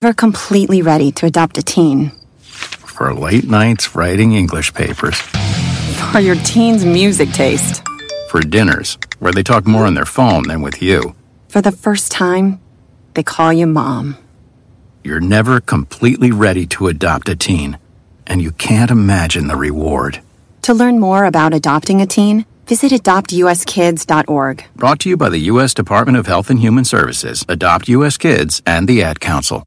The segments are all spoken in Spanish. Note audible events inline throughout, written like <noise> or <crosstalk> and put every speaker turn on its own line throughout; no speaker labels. Never completely ready to adopt a teen.
for late nights writing English papers,
For your teen's music taste.
for dinners, where they talk more on their phone than with you.
For the first time, they call you mom.
You're never completely ready to adopt a teen, and you can't imagine the reward.
To learn more about adopting a teen, visit adoptuskids.org.
Brought to you by the U.S. Department of Health and Human Services, Adopt U.S. Kids, and the Ad Council.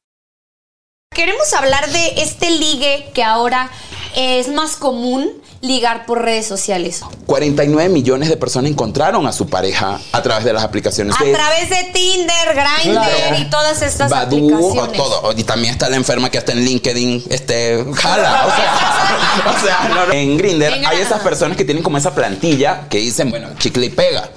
Queremos hablar de este ligue que ahora es más común ligar por redes sociales.
49 millones de personas encontraron a su pareja a través de las aplicaciones
A
de
través de Tinder, Grindr
Claro.
y todas estas
Badoo o
aplicaciones.
todo. Oh, Y también está la enferma que hasta en LinkedIn este, jala. O sea, <laughs> o sea, no, no. en Grinder
Venga.
hay esas personas que tienen como esa plantilla que dicen, bueno, chicle y pega.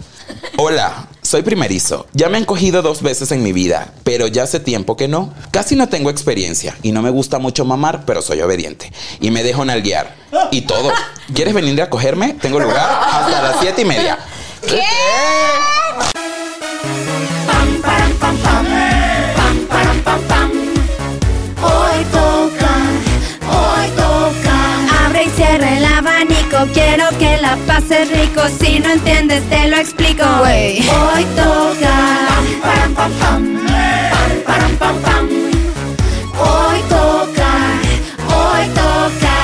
Hola. Soy primerizo. Ya me han cogido dos veces en mi vida, pero ya hace tiempo que no. Casi no tengo experiencia y no me gusta mucho mamar, pero soy obediente. Y me dejo nalguear. Y todo. ¿Quieres venir a cogerme? Tengo lugar hasta las siete y media.
¿Qué?
¿Eh?
Hoy toca, hoy toca. Abre y cierra el abanico, quiero que la pases rico. Si no entiendes, te lo explico. Hoy toca. Hoy toca, hoy toca.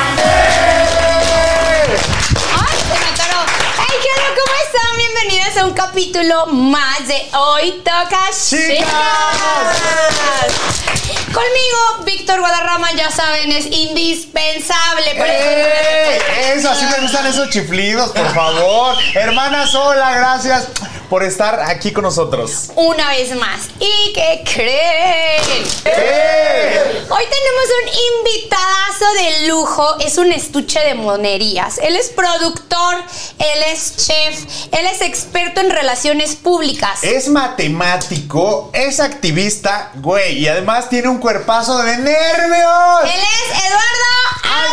¡Ay, se me atoró! ¡Hey, qué onda! ¿Cómo están? Bienvenidos a un capítulo más de Hoy Toca Chicas. Conmigo, Víctor Guadarrama, ya saben, es indispensable. para
¡Eh! Eso, así me gustan esos chiflidos, por favor. Hermanas, hola, gracias por estar aquí con nosotros.
Una vez más. ¿Y qué creen?
¡Eh!
Hoy tenemos un invitadazo de lujo, es un estuche de monerías. Él es productor, él es chef, él es experto en relaciones públicas.
Es matemático, es activista, güey, y además tiene un cuerpazo de
Él
nervios.
es Eduardo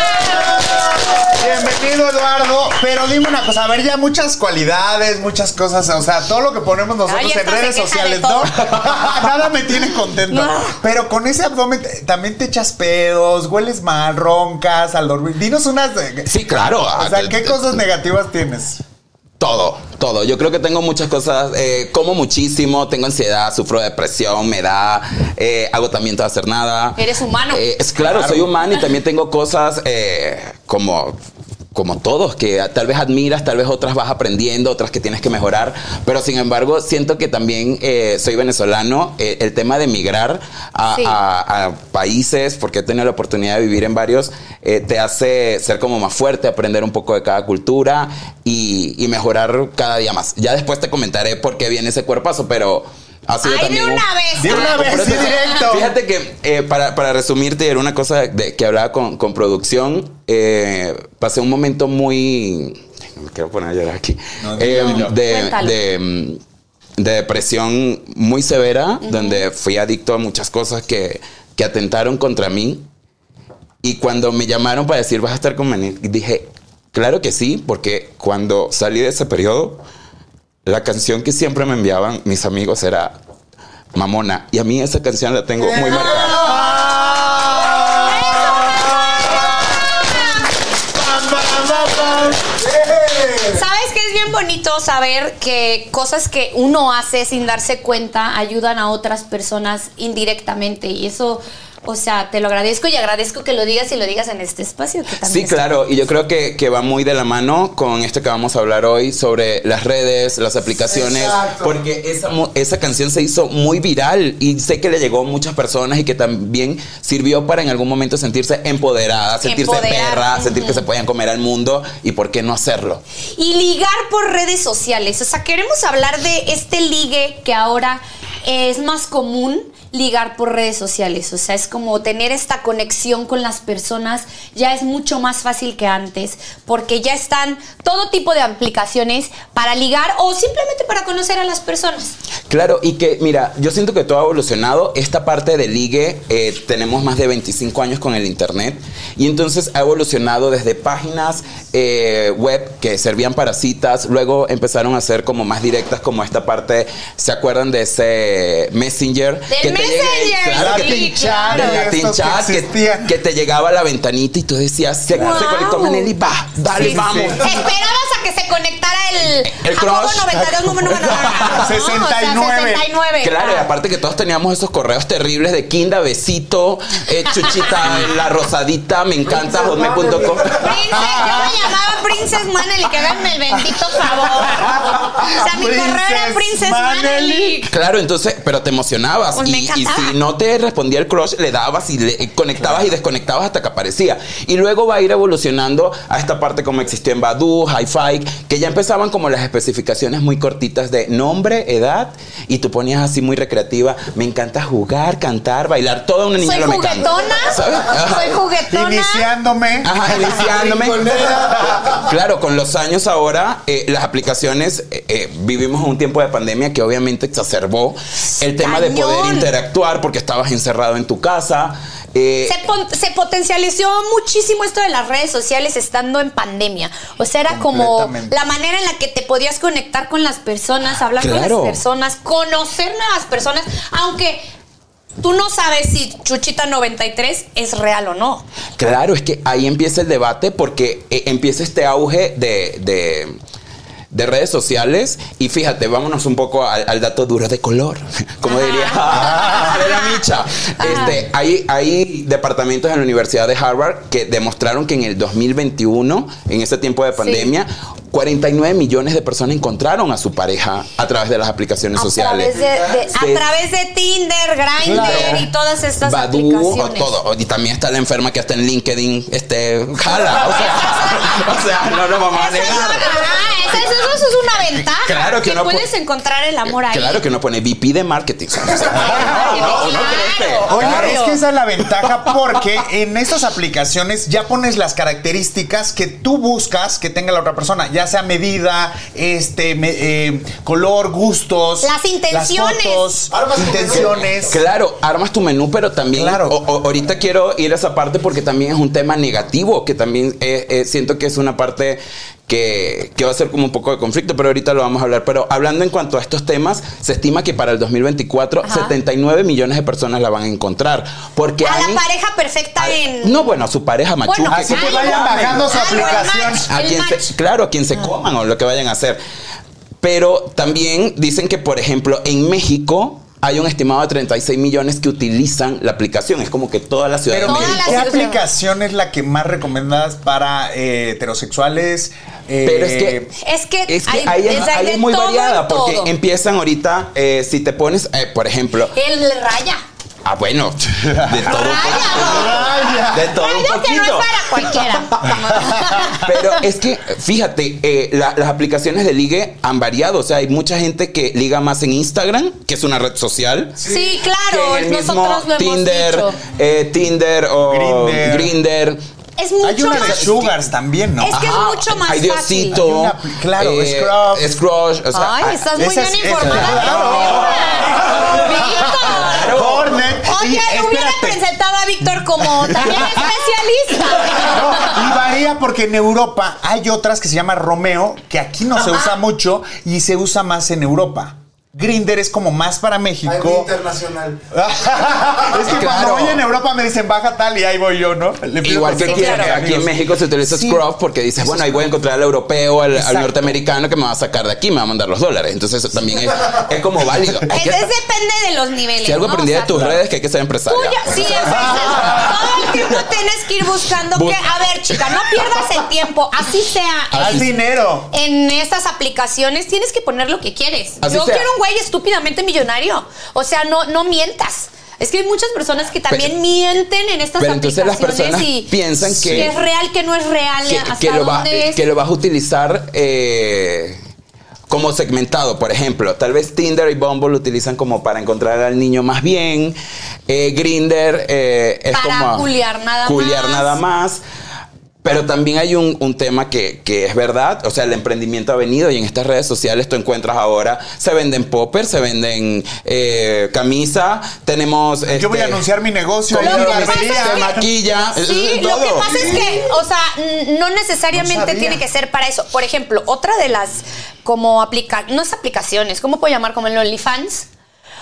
Almenar.
Bienvenido, Eduardo. Pero dime una cosa, a ver, ya muchas cualidades, muchas cosas, o sea, todo lo que ponemos
Ay,
nosotros en
esta se
redes
queja de
sociales,
todo.
¿no? <laughs> Nada me tiene contento.
No.
Pero con ese abdomen eh, también te echas pedos, hueles mal, roncas al dormir. Dinos unas. de-
Sí, claro.
O sea, ¿qué cosas negativas tienes?
Todo, todo. Yo creo que tengo muchas cosas. eh, como muchísimo, tengo ansiedad, sufro de depresión, me da eh, agotamiento de hacer nada.
Eres humano.
Eh, es claro, soy humano y también tengo cosas eh, como como todos, que tal vez admiras, tal vez otras vas aprendiendo, otras que tienes que mejorar, pero sin embargo siento que también eh, soy venezolano, eh, el tema de emigrar a,
Sí.
a- a países, porque he tenido la oportunidad de vivir en varios, eh, te hace ser como más fuerte, aprender un poco de cada cultura y, y mejorar cada día más. Ya después te comentaré por qué viene ese cuerpazo, pero ha sido
Ay, de
también un-
una vez. Ah,
De una vez, sí, directo.
Fíjate que eh, para, para resumirte, era una cosa de- que hablaba con, con producción. eh, pasé un momento muy. Me quiero poner a llorar aquí. Eh, de,
Cuéntalo.
de, mm, de depresión muy severa, donde fui adicto a muchas cosas que, que atentaron contra mí. Y cuando me llamaron para decir, vas a estar con Manil, dije, claro que sí, porque cuando salí de ese periodo, la canción que siempre me enviaban mis amigos era Mamona. Y a mí esa canción la tengo muy marcada.
¿Sabes que es bien bonito saber que cosas que uno hace sin darse cuenta ayudan a otras personas indirectamente? Y eso, o sea, te lo agradezco y agradezco que lo digas y lo digas en este espacio. Que también
Sí,
es-
claro, y yo creo que, que va muy de la mano con esto que vamos a hablar hoy sobre las redes, las aplicaciones,
Exacto.
porque esa, mu- esa canción se hizo muy viral y sé que le llegó a muchas personas y que también sirvió para en algún momento sentirse empoderada, sentirse
Empoderar,
perra, sentir que
ujú.
se podían comer al mundo y por qué no hacerlo.
Y ligar por redes sociales. O sea, queremos hablar de este ligue que ahora es más común ligar por redes sociales, o sea, es como tener esta conexión con las personas ya es mucho más fácil que antes, porque ya están todo tipo de aplicaciones para ligar o simplemente para conocer a las personas.
Claro, y que, mira, yo siento que todo ha evolucionado. Esta parte de ligue, eh, tenemos más de 25 años con el Internet, y entonces ha evolucionado desde páginas eh, web que servían para citas, luego empezaron a ser como más directas, como esta parte, ¿se acuerdan de ese Messenger?
Del
Que te llegue-
Messenger,
claro, que
sí,
te-
claro.
del Latin
Estos que
chat, que,
existían.
que te llegaba a la ventanita y tú decías, se,
Wow.
se conectó con él y va, dale,
Sí, sí,
vamos.
sí.
Esperabas a que se conectara el,
El
a poco
crush.
92 no, no, no, no, no, no, o sea,
69.
69.
Claro, y
Ah.
aparte que todos teníamos esos correos terribles de Kinda, besito, eh,
<laughs>
chuchita, la rosadita, me encanta, hotmail.com.
Princess, yo me llamaba Princess Maneli, que háganme el bendito favor. O sea, mi correo era
Princess
Princess
Maneli.
Maneli.
Claro, entonces, pero te emocionabas.
Pues
y,
me
y
encantaba.
si no te respondía el crush, le dabas y le y conectabas y desconectabas hasta que aparecía. Y luego va a ir evolucionando a esta parte como existió en Badu, Hi-Fi, que ya empezaban como las especificaciones muy cortitas de nombre, edad, y tú ponías así muy recreativa. Me encanta jugar, cantar, bailar, toda una niña
Soy
lo me encanta.
juguetona.
¿Sabes? Ajá.
Soy juguetona.
Iniciándome.
<laughs> Ajá,
<laughs>
iniciándome. claro, con los años ahora, eh, las aplicaciones, eh, eh, vivimos un tiempo de pandemia que obviamente exacerbó el tema de poder
Cañón.
interactuar porque estabas encerrado en tu casa. eh,
Se, pon- se potencializó muchísimo esto de las redes sociales estando en pandemia. O sea, era como
Completamente.
la manera en la que te podías conectar con las personas, hablar
Claro.
con las personas, conocer nuevas personas, aunque tú no sabes si Chuchita 93 es real o no.
Claro, es que ahí empieza el debate porque eh, empieza este auge de, de- de redes sociales y fíjate, vámonos un poco al, al dato duro de color, <laughs> como diría <laughs> Adela Micha. Este, hay, hay departamentos en la Universidad de Harvard que demostraron que en el 2021, en ese tiempo de pandemia, 49 millones de personas encontraron a su pareja a través de las aplicaciones
A
sociales.
través de, de-
Sí.
a través de Tinder, Grindr
Claro.
y todas estas
Badoo, o
aplicaciones.
todo. Y también está la enferma que está en LinkedIn, este, jala. O sea, <laughs> o sea, no lo vamos a
Eso es, una,
negar.
ah, eso, eso- eso es una ventaja.
Claro que
que
no po-
puedes encontrar el amor ahí.
Claro que uno pone VP de marketing.
<laughs>
O sea, no, no, este. uno crece.
Claro.
Oye,
Claro.
es que esa es la ventaja porque en estas aplicaciones ya pones las características que tú buscas que tenga la otra persona, ya sea medida, este, me- eh, color, gustos,
Las intenciones.
las fotos, intenciones.
Claro, armas tu menú, pero también
Claro.
o- o- ahorita quiero ir a esa parte porque también es un tema negativo, que también eh, eh, siento que es una parte que, que va a ser como un poco de conflicto, pero ahorita lo vamos a hablar. Pero hablando en cuanto a estos temas, se estima que para el 2024
Ajá.
79 millones de personas la van a encontrar. Porque
A la
hay-
pareja perfecta
a-
en.
No, bueno, a su pareja machuca.
Bueno,
Así que
Algo,
vayan bajando su
algo, el
aplicación.
match.
A
el Ah.
quien
match.
se- claro, a quien se coman o lo que vayan a hacer. Pero también dicen que, por ejemplo, en México hay un estimado de 36 millones que utilizan la aplicación. Es como que toda la ciudad
Pero
de
Todas
México.
las
¿qué
ciudades.
aplicación es la que más recomendas para eh, heterosexuales? Eh,
Pero es que-
Es que,
Es que
hay-
ahí es,
es- hay
ahí
de
es muy
todo
variada
en
porque
todo.
empiezan ahorita, eh, si te pones, eh, por ejemplo,
El raya.
ah, bueno, de todo un poco.
Raya.
De todo un
Raya que no es
poquito.
para cualquiera.
<laughs> Pero es que, fíjate, eh, la- las aplicaciones de ligue han variado. O sea, hay mucha gente que liga más en Instagram, que es una red social.
Sí,
que
claro,
en el mismo
nosotros lo
Tinder,
hemos dicho.
eh, Tinder o
Grindr.
Grinder.
Es mucho
Hay una de
más.
sugars también, ¿no?
Es que mucho más
Ah, Hay
Hay
Diosito.
una apli- claro, Scruff.
Scruff, o sea, ah,
Ay, estás muy
Esa
bien
es- esa-
informada.
Claro.
Víctor.
Claro. Hornet.
Oye,
Y
lo hubiera
espérate.
presentado a Víctor como también
<laughs>
No, <laughs> y
especialista.
varía porque en Europa hay otras que se llama Romeo, que aquí no se usa mucho y se usa más en Europa. Grinder es como más para México.
internacional.
<laughs> es que
Claro.
cuando voy en Europa me dicen baja tal y ahí voy yo, ¿no? Le pido
Igual que aquí,
consejos a mis
aquí en
amigos.
México se utiliza
Sí.
Scruff porque dices, bueno, ahí voy a encontrar al europeo, al, al
Exacto.
norteamericano que me va a sacar de aquí, me va a mandar los dólares. Entonces eso también es, es
<laughs>
como válido. Hay que-
Entonces depende de los niveles.
si algo
¿no?
aprendí
O
de
sea,
tus redes que hay que ser empresario.
Tuya, sí, exacto. Todo el tiempo tienes que ir buscando
Bus-
que. A ver, chica, no pierdas el tiempo. Así sea.
Haz
en-
dinero.
En estas aplicaciones tienes que poner lo que quieres.
Así
Yo
sea.
quiero un güey estúpidamente millonario. O sea, no, no mientas. Es que hay muchas personas que también
Pero-
mienten en estas
pero entonces
aplicaciones
las personas
y
piensan que-
es real, que no es real,
<laughs> que,
hasta
que lo va-
dónde es.
que lo vas a utilizar eh, como segmentado, por ejemplo. Tal vez Tinder y Bumble lo utilizan como para encontrar al niño más bien. Eh, Grinder eh, es
Para
como.
culiar nada
culiar
más.
nada más. Pero también hay un, un tema que, que es verdad, o sea, el emprendimiento ha venido y en estas redes sociales tú encuentras ahora, se venden popper, se venden eh, camisa, tenemos... este,
Yo voy a anunciar mi negocio.
Lo
ahí en
que
la
pasa
barbería.
es que- maquilla,
Sí,
eh,
lo que
todo.
pasa es que, o sea, n- no necesariamente
No
tiene
sabía.
que ser para eso. Por ejemplo, otra de las como aplica, no es aplicaciones, ¿cómo puedo llamar? Como el OnlyFans.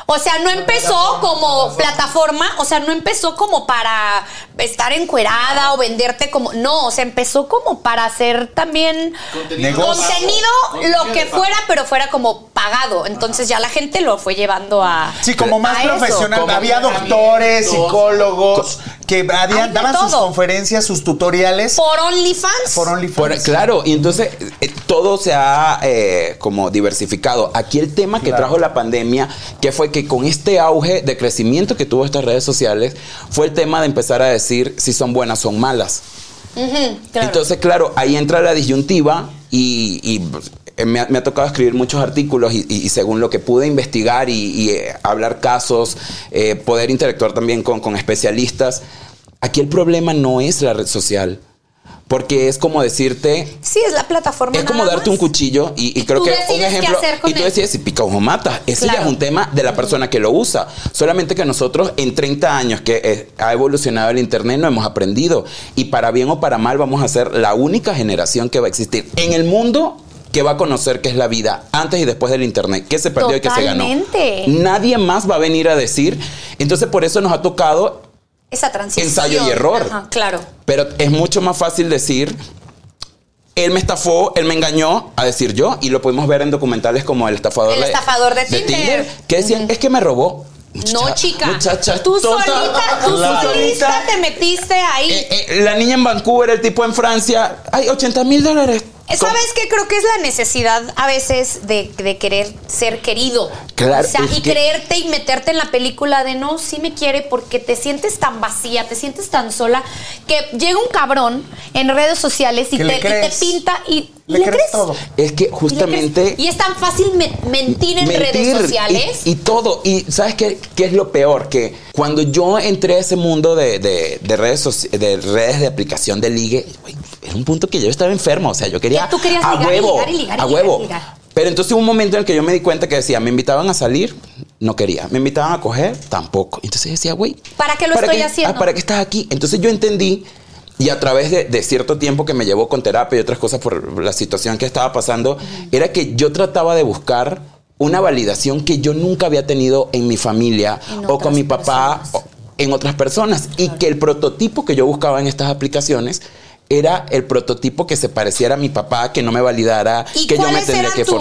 O sea, no empezó como plataforma, o sea, no empezó como para estar encuerada o venderte como. No, o sea, empezó como para hacer también
Negocio.
contenido, lo que fuera, pero fuera como pagado. Entonces ya la gente lo fue llevando a.
Sí, como más
a eso.
profesional.
Como
Había
tratamientos.
doctores, psicólogos, que
Hay
habían-
de
daban sus
todo.
conferencias, sus tutoriales
Por OnlyFans.
por
Por-
OnlyFans.
claro, y entonces eh, todo se ha eh, como diversificado. Aquí el tema que trajo la pandemia, que fue que con este auge de crecimiento que tuvo estas redes sociales, fue el tema de empezar a decir si son buenas o son malas.
Ujú, claro.
Entonces, claro, ahí entra la disyuntiva y, y, eh, me, ha, me ha tocado escribir muchos artículos y, y- y según lo que pude investigar y, y, eh, hablar casos, eh, poder interactuar también con, con especialistas, aquí el problema no es la red social, porque es como decirte...
Sí, es la plataforma.
Es como
nada
darte
más.
un cuchillo y, y creo
Tú
que
decides
un
qué
ejemplo.
hacer con
y tú
él.
decides si picas o matas. Ese ya
Claro.
es un tema de la persona que lo usa. Solamente que nosotros en 30 años que eh, ha evolucionado el Internet no hemos aprendido. Y para bien o para mal vamos a ser la única generación que va a existir en el mundo que va a conocer qué es la vida antes y después del Internet, qué se perdió y qué
Totalmente.
se ganó. Nadie más va a venir a decir. Entonces por eso nos ha tocado
Esa transición.
Ensayo y error.
Ajá, claro.
pero es mucho más fácil decir, él me estafó, él me engañó, a decir yo, y lo podemos ver en documentales como El estafador,
El estafador de Tinder.
que decían, es que me robó.
No, chica.
Muchacha,
tú
tonta.
solita, tú
Claro.
solita te metiste ahí.
Eh, eh, la niña en Vancouver, el tipo en Francia, hay 80 mil dólares.
Eh, ¿Sabes qué? Creo que es la necesidad a veces de, de querer ser querido.
Claro,
O sea,
es
y
que-
creerte y meterte en la película de no, sí me quiere porque te sientes tan vacía, te sientes tan sola, que llega un cabrón en redes sociales y, te,
Que le
y te
crees.
pinta y
Le crees todo.
Es que
Y le crees.
justamente...
Y es tan fácil me- mentir en redes
mentir
sociales.
Y, y todo. Y ¿sabes qué, qué es lo peor? Que cuando yo entré a ese mundo de, de- de redes, soci- de redes de aplicación de ligue, güey, era un punto que yo estaba enfermo. O sea, yo quería
tú querías
a
ligar y
huevo.
ligar y ligar y
a
ligar y
huevo.
ligar.
Pero entonces hubo un momento en el que yo me di cuenta que decía, me invitaban a salir, no quería. Me invitaban a coger, tampoco. Entonces decía, güey.
¿Para qué lo estoy haciendo?
ah, ¿Para qué estás aquí? Entonces yo entendí. Y a través de, de cierto tiempo que me llevó con terapia y otras cosas por la situación que estaba pasando, era que yo trataba de buscar una validación que yo nunca había tenido en mi familia
En
o con
otras
mi papá,
personas.
o en otras personas. Y que el prototipo que yo buscaba en estas aplicaciones era el prototipo que se pareciera a mi papá, que no me validara,
¿Y
que yo me
cuáles
tendría
eran
que
tus
formar.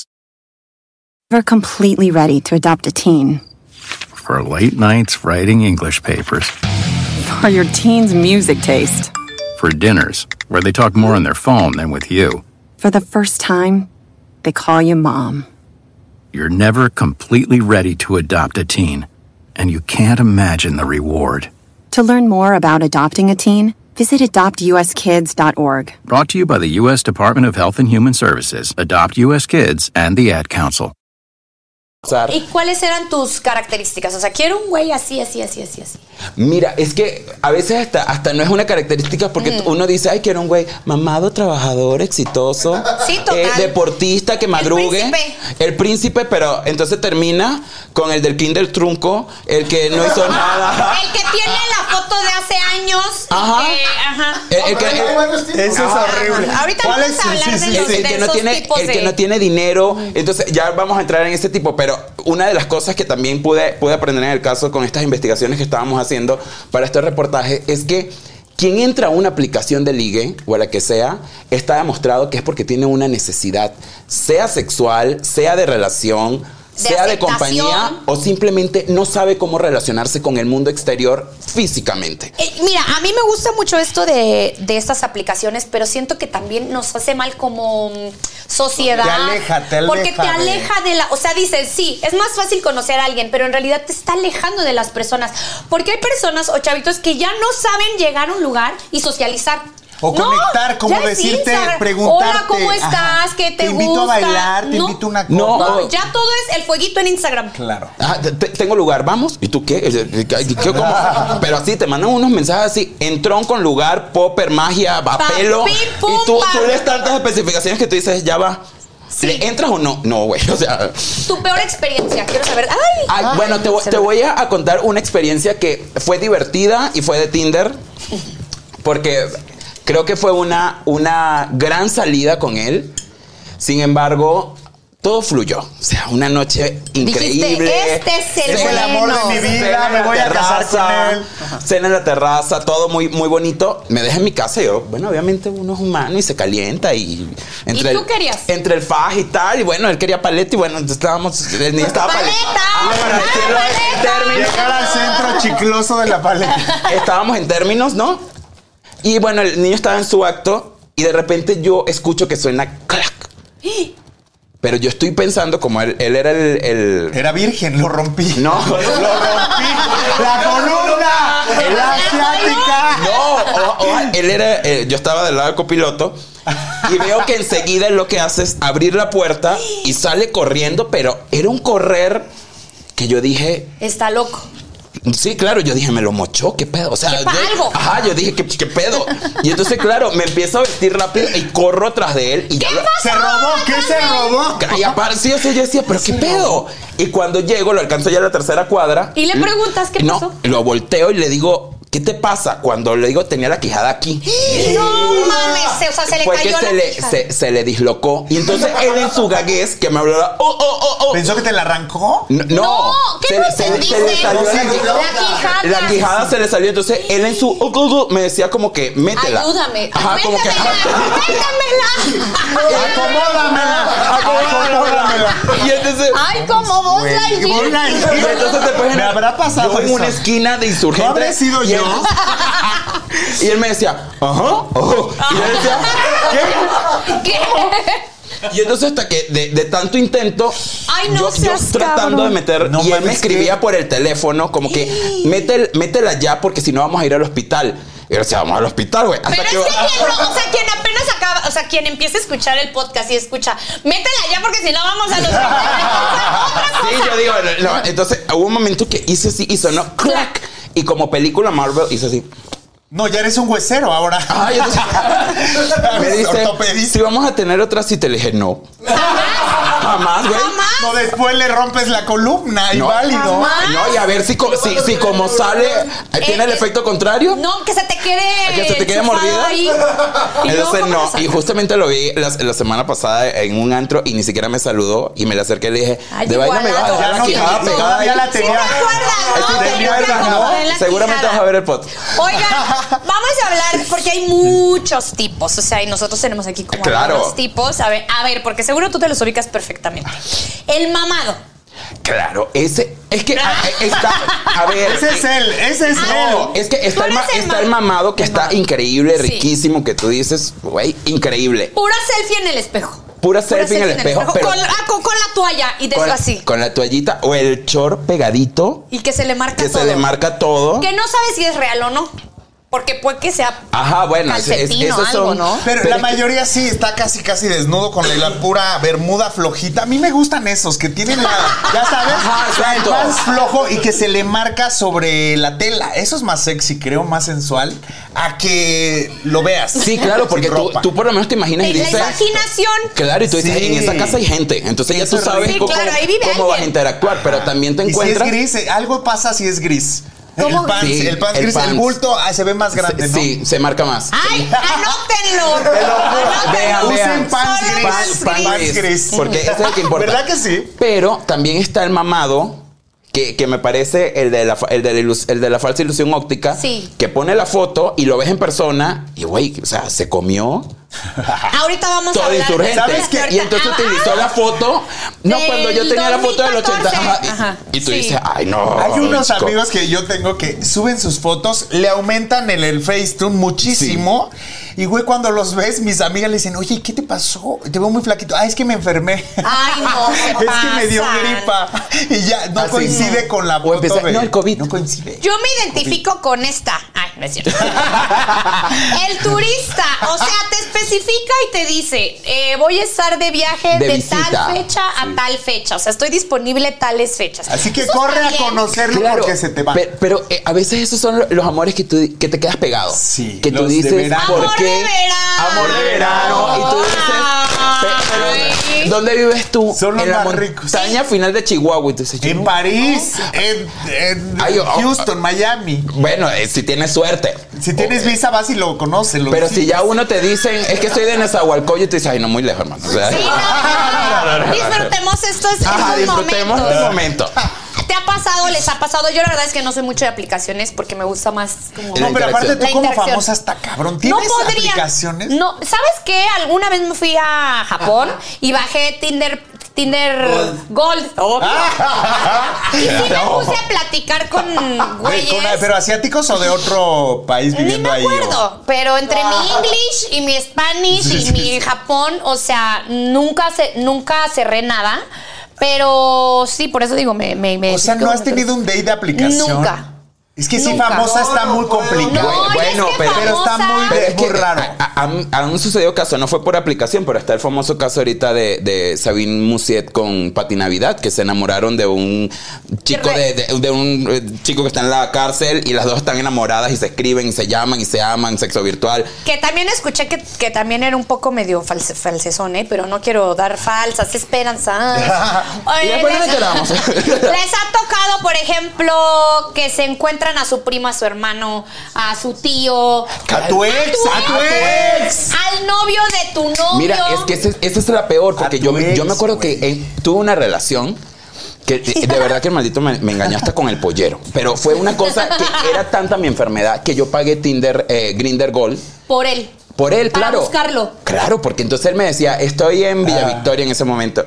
Never completely ready to adopt a teen.
For late nights writing English papers,
For your teen's music taste.
for dinners, where they talk more on their phone than with you.
For the first time, they call you mom.
You're never completely ready to adopt a teen, and you can't imagine the reward.
To learn more about adopting a teen, visit adoptuskids.org.
Brought to you by the U.S. Department of Health and Human Services, Adopt U.S. Kids, and the Ad Council.
usar.
¿Y cuáles eran tus características? O sea, quiero un güey así, así, así, así, así.
Mira, es que a veces hasta, hasta no es una característica porque
Mm.
uno dice, ay, quiero un güey mamado, trabajador, exitoso, eh,
Sí, total.
deportista que madrugue,
príncipe.
el príncipe, pero entonces termina con el del Kinder Trunco, el que no
<laughs>
hizo nada.
El que tiene la foto de hace años. y
Ajá. Eh,
que- ajá.
El, el que,
Eso es horrible.
Ahorita
Ah, ¿Cuál
vamos
es?
a hablar de
el-
los-
el este, que no
esos
tiene,
tipos
el que
de-
no tiene dinero. Entonces ya vamos a entrar en ese tipo, pero una de las cosas que también pude, pude aprender en el caso con estas investigaciones que estábamos haciendo para este reportaje es que Quien entra a una aplicación de ligue o a la que sea, está demostrado que es porque tiene una necesidad, sea sexual, sea de relación, sea de
aceptación.
compañía o simplemente no sabe cómo relacionarse con el mundo exterior físicamente.
Eh, mira, a mí me gusta mucho esto de, de estas aplicaciones, pero siento que también nos hace mal como mm, sociedad.
Te aleja, te
Porque te
aleja de-
aleja de la. O sea, dices, sí, es más fácil conocer a alguien, pero en realidad te está alejando de las personas. Porque hay personas o chavitos que ya no saben llegar a un lugar y socializar.
O
No,
conectar, como
ya es
decirte,
Instagram.
preguntarte.
Hola, ¿cómo estás?
Ajá.
¿Qué te,
Te invito a
gusta?
bailar, te invito a una Oh.
No,
copa.
o-
Ya todo es el fueguito en Instagram.
Claro.
Ah, te- te- tengo lugar, vamos. ¿Y tú qué? Eh, eh, ¿qué- qué-
<laughs>
cómo? Pero así te mandan unos mensajes así: entrón con lugar, popper, magia, papelo.
pim, pum,
y tú,
pam.
tú lees tantas especificaciones que tú dices, ya va.
Sí.
¿Le entras o no? No, güey. <laughs> O sea.
Tu peor experiencia, quiero saber. Ay,
Ay, Ah, bueno, te, voy-
se
te
me-
voy a contar una experiencia que fue divertida y fue de Tinder. Porque creo que fue una, una gran salida con él. Sin embargo, todo fluyó. O sea, una noche increíble.
"Este es el
Es el amor de mi
bueno".
vida,
Cena en
me
la
voy a casar con él.
Cena en la terraza, todo muy, muy bonito. Me deja en mi casa y yo, bueno, obviamente uno es humano y se calienta y...
¿Y tú querías?
Entre el faj y tal, y bueno, él quería paleta y bueno, estábamos...
<laughs>
Él ni estaba
¡Paleta!
Ah, para
¡Ah,
decirlo en
paleta!
términos-
Llegar al centro chicloso de la paleta.
estábamos en términos, ¿no? Y bueno, el niño estaba en su acto y de repente yo escucho que suena clac. Pero yo estoy pensando, como él, él era el- el,
Era virgen, lo rompí.
No.
lo rompí. La columna, la asiática.
No, o- o- <laughs> él era, eh, yo estaba del lado del copiloto y veo que enseguida él lo que hace es abrir la puerta y sale corriendo, pero era un correr que yo dije,
Está loco.
sí, claro, yo dije, me lo mochó, qué pedo, o sea,
¿Qué pa-
yo-
algo?
ajá, yo dije, ¿qué, qué pedo. Y entonces, claro, me empiezo a vestir rápido y corro tras de él y ya lo-
Se robó, ¿qué se robó?
y aparte, sí, o sea, yo decía, pero qué pedo. Y cuando llego, lo alcanzo ya a la tercera cuadra.
Y le preguntas, ¿qué
no,
pasó?
Lo volteo y le digo, ¿qué te pasa? Cuando le digo, tenía la quijada aquí.
<gasps> No mames, o sea, se le
Fue
cayó
que
la
se le,
pija.
se, se le dislocó. Y entonces
<laughs>
él en su gaguez, que me hablaba, oh, oh, oh, oh.
¿Pensó que te la arrancó?
No,
No, ¿qué
se,
no
se- se
entendiste?
le salió la,
La
quijada.
quijada.
La quijada se le salió. Entonces él en su oh, oh, oh, me decía como que métela.
Ayúdame.
Ajá, <laughs> como que.
Métemela, métemela.
Acomódamela, acomódamela.
Y entonces.
Ay, como vos la
Güey,
hiciste.
vos la hiciste.
Y entonces después
Me habrá pasado
yo en
eso.
una esquina de insurgente.
¿No habré sido
y él-
yo?
y él me decía, ajá, ojo.
Oh.
Y yo decía, ¿qué?
¿Qué?
Y entonces hasta que de, de tanto intento,
Ay, no
yo, yo
seas
tratando
cabrón.
de meter,
No
y él
mames,
me escribía
¿qué?
por el teléfono como que, "Mete- métela ya porque si no vamos a ir al hospital. Y yo decía, vamos al hospital, güey. Hasta
Pero es
que...
que quien no, o sea, quien apenas acaba, o sea, quien empieza a escuchar el podcast y escucha, métela ya porque si no vamos a
<laughs>
los.
Sí, yo digo, no, no. entonces hubo un momento que hice así y sonó clac. Y como película Marvel hizo así.
No, ya eres un huesero ahora.
<laughs> Ay,
<laughs>
entonces- me dice,
Ortopedista.
si vamos a tener otra cita, le dije, no. Jamás, güey.
Jamás.
No, después le rompes la columna,
No.
inválido.
Jamás.
No, y a ver si, co- si, si como sale, tiene el
Eh,
efecto contrario.
No, que se te quede.
Que se te quede
enchufado
mordida.
ahí. Y luego,
Entonces
¿cómo
no,
lo sacas?
y justamente lo vi la, la semana pasada en un antro y ni siquiera me saludó y me le acerqué y le dije,
Ay,
de vaina me va a
igualado.
dejar
Ya
la
no te
quijada
quitó,
pegada ahí".
ya la
Sí, me
tenía.
acuerdo,
Ay,
¿no?
te
Tenía
acuerdas,
una
¿no?
como en la
Seguramente
quijada.
vas a ver el podcast.
Oigan, vamos a hablar porque hay muchos tipos, o sea, y nosotros tenemos aquí como
Claro.
algunos tipos. A ver, a ver, porque seguro tú te los ubicas perfectamente. El mamado.
Claro, ese es que a- está a ver,
Ese es él, ese es
No,
él.
es que
Tú
está el, ma-
eres el
está
ma-
el mamado que
el
está
mamado.
increíble,
Sí.
riquísimo, que tú dices, güey, increíble.
Pura selfie en el espejo.
Pura selfie en el espejo, pero-
Con, ah, con- con la toalla y de
Con,
eso así.
con la toallita o el chor pegadito,
Y que se le marca
que
todo.
se le marca todo.
Que no sabe si es real o no. Porque puede que sea.
Ajá, bueno, es- es-
Calcetín o
esos
algo,
son-
¿no?
Pero,
Pero es
la
que-
mayoría sí está casi casi desnudo con la pura bermuda flojita. A mí me gustan esos que tienen la, ya sabes,
Ajá,
o sea, el
exacto.
más flojo y que se le marca sobre la tela. Eso es más sexy, creo, más sensual a que lo veas.
Sí, claro, porque
Sin
tú,
ropa.
tú por lo menos te imaginas y
En la
dices.
imaginación.
Claro, y tú dices,
Sí.
en esa casa hay gente. Entonces ya tú
Eso es
sabes
rico.
cómo,
Sí, claro, ahí vive
cómo vas a
alguien.
interactuar, pero también te
Y si es
encuentras.
gris, eh, algo pasa si es gris.
¿Cómo?
El pan,
Sí,
el pan
el
gris,
pan.
el bulto ah, se ve más grande, ¿no?
Sí, se marca más.
¡Ay! ¡Anótenlo!
<laughs> juro. Vean,
¡Anótenlo!
Usen
vean.
pan
Solo
gris.
pants
Pan
Pan
gris.
gris.
Porque eso es lo que importa.
¿Verdad que sí?
Pero también está el mamado que, que me parece el de, la, fa- el, de la ilus- el de la falsa ilusión óptica,
Sí.
que pone la foto y lo ves en persona y, güey, o sea, se comió
Ahorita vamos a
todo
hablar.
insurgente.
¿Sabes qué?
Y entonces
Ah,
utilizó la foto. No,
Del
cuando yo tenía la foto del 80.
2014.
ajá, y,
Ajá,
y tú
sí.
dices, ay, no.
Hay unos
chico".
amigos que yo tengo que suben sus fotos, le aumentan el, el Facetune muchísimo. Y güey, cuando los ves, mis amigas le dicen, oye, ¿qué te pasó? Te veo muy flaquito. Ah, es que me enfermé. <laughs>
Ay, no,
es
¿cómo
que me dio
pasan?
gripa. Y ya no
Ah, sí.
coincide con la
O
foto.
empieza,
de-
"No, el COVID".
No coincide.
Yo me identifico con esta. Ay, no es
<laughs>
cierto. El turista. O sea, te especifica y te dice, eh, voy a estar de viaje de,
De visita.
tal fecha a
Sí.
tal fecha. O sea, estoy disponible tales fechas.
Así que
Eso
corre
está
a
bien.
conocerlo
Claro,
porque se te va.
Pero, pero, eh, a veces esos son los amores que, tú, que te quedas pegado.
Sí,
Que tú
los de
dices,
verano.
¿por
Amor
qué?
de verano.
Amor de verano. Y tú dices, pe-
Ah, Ay.
pero, ¿dónde vives tú?
Son los
en la
más ricos.
montaña final de Chihuahua. Y tú dices, yo
en
no-
París, en, en
Ay, oh,
Houston, Miami.
Bueno, eh, si tienes suerte.
Si tienes
O-
visa, vas y lo conoces. lo
Pero
visitas.
si ya uno te dicen, es que soy de Nezahualcóyotl, y tú dices, ay, no, muy lejos, hermano. O sea,
Sí, no, no, no, no. Disfrutemos estos, estos
Ajá, disfrutemos
momentos.
este momento.
¿Te ha pasado? ¿Les ha pasado? Yo la verdad es que no soy mucho de aplicaciones porque me gusta más como...
La
No, pero aparte tú
interacción.
como
La interacción.
famosa está cabrón. ¿Tienes aplicaciones?
No, ¿sabes qué? Alguna vez me fui a Japón y bajé Tinder. Tinder Gold, obvio. Y sí me
No.
puse a platicar con
Güey,
güeyes.
con- pero asiáticos o de otro país
Ni me
viviendo ahí. o- Ah.
acuerdo, pero entre mi English y mi Spanish
Sí,
y
sí,
mi
sí.
Japón, o sea, nunca se, nunca cerré nada. Pero sí, por eso digo, me, me, me
O sea, ¿no has tenido un date de aplicación?
Nunca.
Es que sí,
Nunca.
famosa está muy
No,
complicado.
y
bueno,
es que
pero-
pero está
famosa.
muy
Pero es
muy
que
raro.
a- a- han, han sucedido casos, no fue por aplicación, pero está el famoso caso ahorita de, de Sabine Musiet con Pati Navidad, que se enamoraron de un chico de, de- de un eh, chico que está en la cárcel y las dos están enamoradas y se escriben y se llaman y se aman, sexo virtual.
Que también escuché que, que también era un poco medio false, falsezón, ¿eh? Pero no quiero dar falsas
<laughs>
esperanzas.
Y después nos
<laughs>
enteramos.
les ha tocado, por ejemplo, que se encuentran a su prima, a su hermano, a su tío.
A tu ex, a tu ex.
Al novio de tu novio.
Mira, es que ese- esa es la peor, porque
A
yo,
tu
me- yo me
ex,
acuerdo que
güey.
eh, tuve una relación que eh, de verdad que el maldito me, me engañaste con el pollero. Pero fue una cosa que era tanta mi enfermedad que yo pagué Tinder, eh, Grinder Gold.
Por él.
Por él,
Para
claro.
buscarlo.
Claro, porque entonces él me decía, estoy
Ah.
en Villa Victoria en ese momento.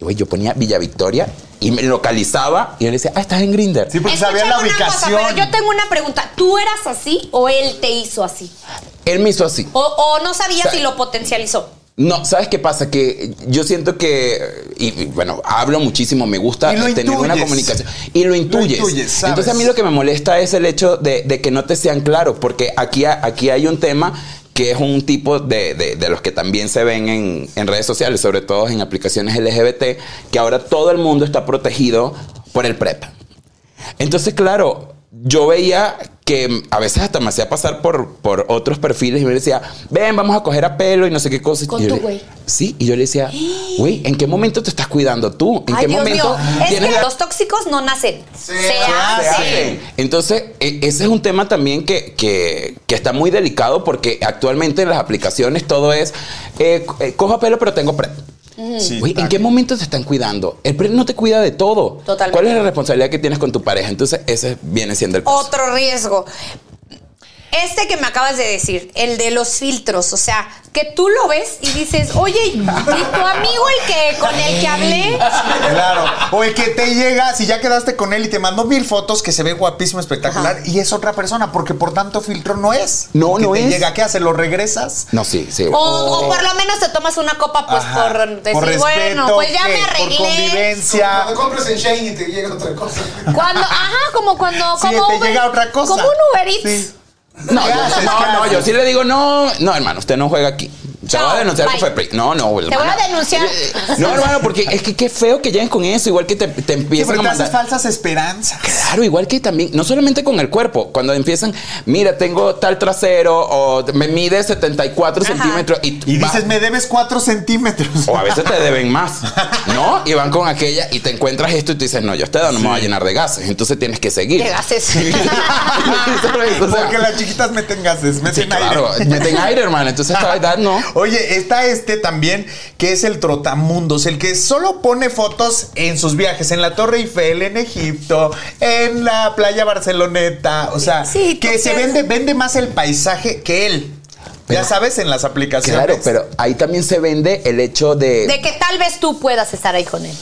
Y, güey, yo ponía Villa Victoria y me localizaba y él decía, ah, estás en Grinder.
Sí, porque
Escúchame
sabía la
una cosa,
ubicación.
pero yo tengo una pregunta. ¿Tú eras así o él te hizo así?
Él me hizo así.
¿O, o no sabías
O sea,
si lo potencializó?
No, ¿sabes qué pasa? Que yo siento que, y, y, bueno, hablo muchísimo, me gusta
Y lo
tener una
intuyes.
comunicación. Y lo intuyes.
intuyes, sabes.
Entonces a mí lo que me molesta es el hecho de, de que no te sean claros, porque aquí, ha- aquí hay un tema que es un tipo de, de- de los que también se ven en, en redes sociales, sobre todo en aplicaciones LGBT, que ahora todo el mundo está protegido por el PrEP. Entonces, claro, yo veía que a veces hasta me hacía pasar por, por otros perfiles y me decía, ven, vamos a coger a pelo y no sé qué cosa.
Con
Y yo
tu
le-
güey.
Sí, y yo le decía, güey, ¿en qué momento te estás cuidando tú? ¿En
Ay,
qué
Dios
momento
mío. Es que
tienes la-
los tóxicos no nacen. Se,
se
hacen.
hacen? Entonces, e- ese es un tema también que, que- que está muy delicado porque actualmente en las aplicaciones todo es, eh, co- eh, cojo a pelo pero tengo PrEP.
Sí,
Güey, ¿en
tac.
qué momento te están cuidando? El PrEP no te cuida de todo.
Totalmente.
¿Cuál es la responsabilidad que tienes con tu pareja? Entonces, ese viene siendo el caso.
Otro riesgo. Este que me acabas de decir, el de los filtros, o sea, que tú lo ves y dices, oye, ¿y tu amigo el que con el que hablé?
Claro. O el que te llega, si ya quedaste con él y te mandó mil fotos que se ve guapísimo, espectacular, y es otra persona, porque por tanto filtro no es.
No,
Que
no
te
es.
llega, ¿qué hace? ¿Lo regresas?
No, sí, sí.
O, o
Oh.
por lo menos te tomas una copa, pues
Ajá.
por decir, bueno,
respeto,
pues ya
¿qué?
me
Por
arreglé.
convivencia.
compras en Shane y te llega otra cosa.
<laughs>
Cuando, ajá, como cuando,
Sí,
como
te llega otra cosa.
Como un Uber Eats.
Sí.
No,
¿Qué
yo,
haces?
no,
¿Qué
no,
haces?
yo sí le digo, no, no, hermano, usted no juega aquí. Se
Chao,
va a denunciar
bye.
con FEPRI. No, no,
Te voy a denunciar.
No, hermano, porque es que qué feo que lleguen con eso, igual que te, te
Sí,
empiezan
pero
a
te haces
mandar.
falsas esperanzas.
Claro, igual que también, no solamente con el cuerpo, cuando empiezan, mira, tengo tal trasero, o me mide 74
Ajá.
centímetros, y,
Y
vas-
dices, me debes cuatro centímetros.
o a veces te deben
<laughs>
más, ¿no? Y van con aquella y te encuentras esto y tú dices, no, yo este no me voy a llenar de gases, entonces tienes que seguir.
De gases. <laughs>
O sea,
Porque las chiquitas meten gases, meten
Sí,
aire.
claro, meten aire, hermano. Entonces, esta edad no.
Oye, está este también, que es el Trotamundos, el que solo pone fotos en sus viajes, en la Torre Eiffel, en Egipto, en la playa Barceloneta. O sea,
Sí,
que
tú
se
crees.
vende, vende más el paisaje que él. ya
Pero-
sabes, en las aplicaciones.
Claro, pero ahí también se vende el hecho de.
De que tal vez tú puedas estar ahí con él.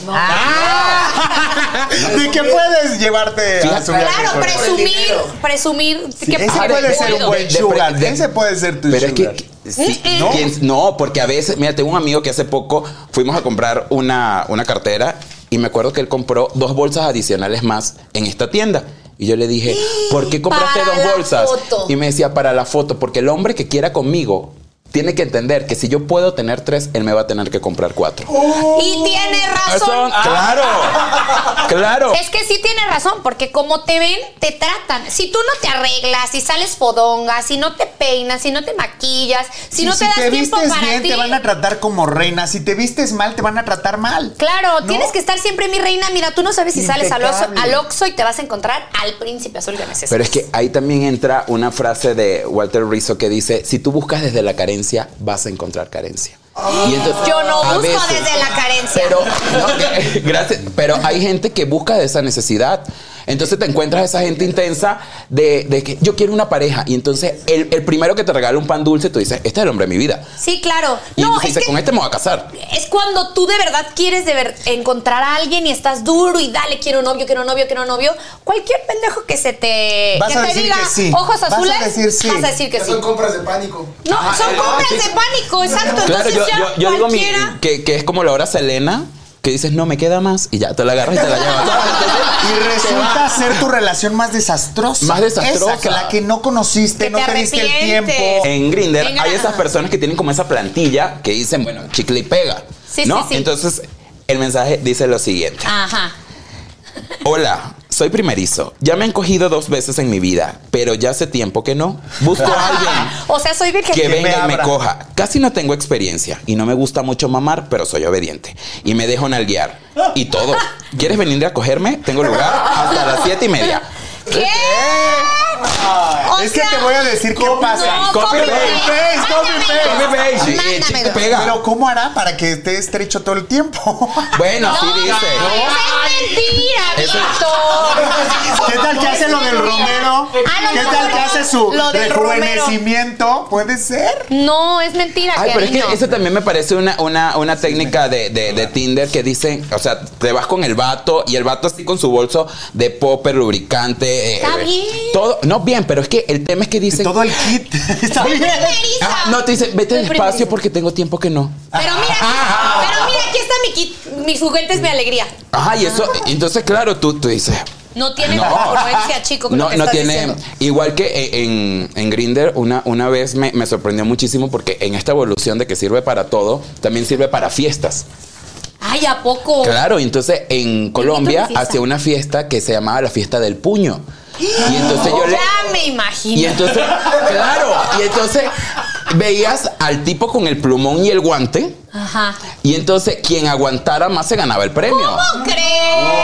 ¡Ah! <laughs> De que puedes llevarte a
Fíjate.
su viaje
Claro,
con él.
presumir, presumir que
Ese
puedo.
puede ser un
puedo.
buen
Ah, De-
sugar.
de-
ese puede ser tu
Pero es que.
sugar.
que- sí,
Mm, mm.
¿no? quien- no, porque a veces, mira, tengo un amigo que hace poco fuimos a comprar una, una cartera y me acuerdo que él compró dos bolsas adicionales más en esta tienda. Y yo le
<gasps>
dije, ¿por qué compraste
Para la
dos bolsas?
foto.
Y me decía, para la foto, porque el hombre que quiera conmigo tiene que entender que si yo puedo tener tres, él me va a tener que comprar cuatro.
Y tiene
Eso-
Ah,
razón.
claro,
<laughs>
claro.
Es que sí tiene razón, porque como te ven, te tratan. Si tú no te arreglas, si sales podonga, si no te peinas, si no te maquillas, si no te das tiempo
vistes
para
bien,
ti.
te van a tratar como reina. Si te vistes mal, te van a tratar mal.
Claro,
¿No?
tienes que estar siempre mi reina. Mira, tú no sabes si sales al Oxxo-
Impecable.
al Oxxo y te vas a encontrar al príncipe azul que necesitas.
Pero es que ahí también entra una frase de Walter Rizzo que dice, si tú buscas desde la carencia, vas a encontrar carencia. Y entonces,
Oh. Yo no
a
busco
veces-
desde la carencia.
Pero, no, <laughs> que- gracias, pero hay gente que busca de esa necesidad. Entonces te encuentras a esa gente intensa de, de que yo quiero una pareja. Y entonces el, el primero que te regala un pan dulce, tú dices, este es el hombre de mi vida.
sí, claro.
Y
No,
entonces
es
dices,
que
con este me voy a casar.
es cuando tú de verdad quieres de ver- encontrar a alguien y estás duro y dale, quiero novio, quiero novio, quiero novio. Cualquier pendejo que se te,
Vas
Eh, que
a
te
decir
diga
que sí.
ojos
Vas a
azules,
decir sí.
vas a decir que
Ya
sí.
son compras de pánico. Ah,
No, son
eh,
compras
sí.
de pánico, exacto.
Claro,
Entonces
yo,
ya
yo- yo digo mi-
cualquiera.
que, que es como la hora Selena, que dices, no me queda más. Y ya, te la agarras y te la llevas.
<laughs>
Y resulta ser tu relación más desastrosa.
Más desastrosa.
Esa que la que no conociste,
Que
no
te
te diste el
arrepientes.
tiempo.
En Grinder
Venga.
hay esas personas que tienen como esa plantilla que dicen, bueno, chicle y pega.
Sí,
¿no?
sí, sí.
Entonces, el mensaje dice lo siguiente.
Ajá.
Hola, soy primerizo. Ya me han cogido dos veces en mi vida, pero ya hace tiempo que no. Busco a
<laughs>
alguien
<laughs> O sea, soy virgen.
que
me
venga y me
abra.
coja. Casi no tengo experiencia y no me gusta mucho mamar, pero soy obediente. Y me dejo nalguear. Y todo. ¿Quieres venir a cogerme? Tengo lugar hasta las siete y media.
¿Qué? O
es
sea,
que te voy a decir qué
copy
pasa.
No,
Copy
copy
paste.
paste.
Copy paste.
Mándamelo.
Copy paste.
Mándamelo.
Te pega.
Pero ¿cómo hará para que esté estrecho todo el tiempo?
Bueno, así
No,
dice.
esa es mentira,
Eso-
Víctor.
<laughs> ¿Qué tal que hace lo del romero?
Ah, lo
¿Qué
del
tal que
romero.
hace su
Lo del
rejuvenecimiento? Puede ser.
No, es mentira,
Ay, pero es que
cariño.
eso también me parece una, una, una técnica de, de- de Tinder que dicen, o sea, te vas con el vato y el vato así con su bolso de popper, lubricante. eh,
Está
eh,
bien.
Todo, no bien, pero es que el tema es que dicen.
Todo el kit. <laughs> Está bien.
Primeriza.
Ah, no, te dicen, vete
Soy
despacio
primeriza.
porque tengo tiempo que no.
Pero mira,
Ah.
pero mira, aquí está mi kit, mis juguetes, mi alegría.
Ajá, y
Ah.
eso, entonces, claro, tú, tú dices.
No tiene
No.
congruencia, chico, con lo
No,
que
no
estás
tiene.
diciendo.
Igual que e- en, en Grinder, una, una vez me, me sorprendió muchísimo porque en esta evolución de que sirve para todo, también sirve para fiestas.
Ay, ¿a poco?
Claro, y entonces en Colombia
fiesta.
hacía una fiesta que se llamaba la fiesta del puño. Y entonces yo le.
Ya me imagino.
Y entonces, claro, y entonces veías al tipo con el plumón y el guante.
Ajá.
Y entonces quien aguantara más se ganaba el premio.
¿Cómo crees?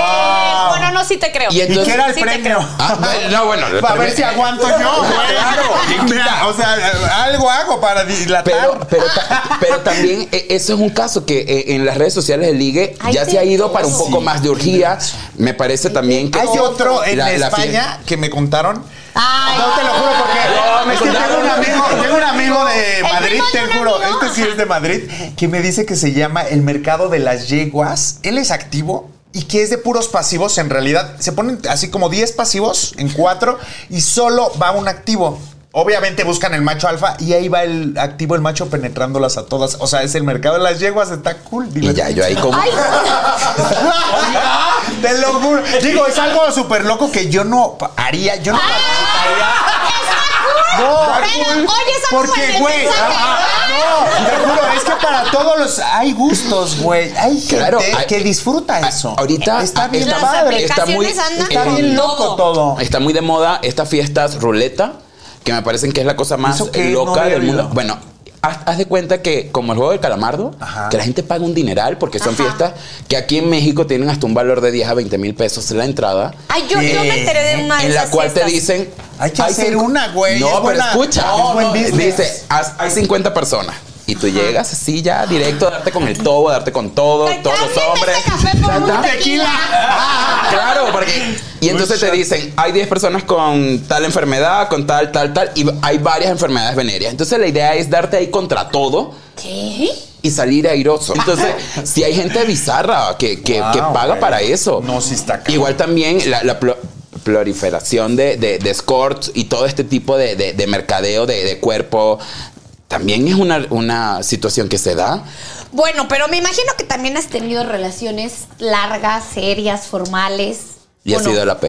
Bueno, no, sí te creo.
Y
¿Y
entonces-
qué era el
Sí te
premio?
Ah, bueno, no, bueno.
Para ver si aguanto yo, güey.
Claro.
Mira, o sea, algo hago para dilatar.
Pero, pero, ta- pero también eh, eso es un caso que eh, en las redes sociales el ligue
Ay,
ya se ha ido para un
sí.
poco más de orgía. Me parece también que...
Hay otro en
la- la
España que me contaron.
Ay.
No te lo juro porque
No, me
es que tengo
contaron.
un amigo, tengo un amigo de
El
Madrid,
primo de
te
un
juro,
amigo.
este sí es de Madrid, que me dice que se llama el mercado de las yeguas. Él es activo y que es de puros pasivos en realidad. Se ponen así como 10 pasivos en 4 y solo va un activo. Obviamente buscan el macho alfa y ahí va el activo, el macho penetrándolas a todas. O sea, es el mercado de las yeguas, está cool.
Y ya yo ahí como...
Ay,
<laughs> Te lo juro. Digo, es algo súper loco que yo no pa- haría. Yo no
¡Está cool!
No,
Pero, oye, eso
Porque, güey. ah, ah, No, te juro, es que para todos los. Hay gustos, güey. Hay gente
Claro, hay-
que disfruta
Ah,
eso.
ahorita
Eh, está
ah,
bien
está-
padre.
está muy-
aplicaciones andan
Está
con
bien loco todo.
Está muy de moda estas fiestas ruleta, que me parecen que es la cosa más
¿Eso qué? No
loca
había
del mundo.
oído.
Bueno, haz, haz de cuenta que como el juego del calamardo,
Ajá.
que la gente paga un dineral porque son
Ajá.
fiestas que aquí en México tienen hasta un valor de 10 a 20 mil pesos la entrada.
Ay, yo, yo me enteré de una de
Eh, en la
esas
cual
fiestas.
te dicen.
Hay que hacer
cinco-
una, güey,
No,
es
pero
buena-
escucha.
es buen business.
dice, haz- hay 50 personas. y tú llegas así ya directo a darte con el todo, a darte con todo,
Te
todos los
cambian
hombres.
este café por un
Tanta-
tequila.
Claro, porque. Y entonces te dicen, hay 10 personas con tal enfermedad, con tal, tal, tal, y hay varias enfermedades venéreas. Entonces la idea es darte ahí contra todo
<laughs> ¿Qué?
y salir airoso.
<laughs>
Entonces, si hay gente bizarra que, que-
Wow,
que paga
güey.
para eso.
No, sí está cabrón.
Igual también la, la plo- proliferación de, de, de escorts y todo este tipo de, de- de mercadeo de, de cuerpo. También es una, una situación que se da.
Bueno, pero me imagino que también has tenido relaciones largas, serias, formales.
Y
¿o
ha
no?
sido la pe-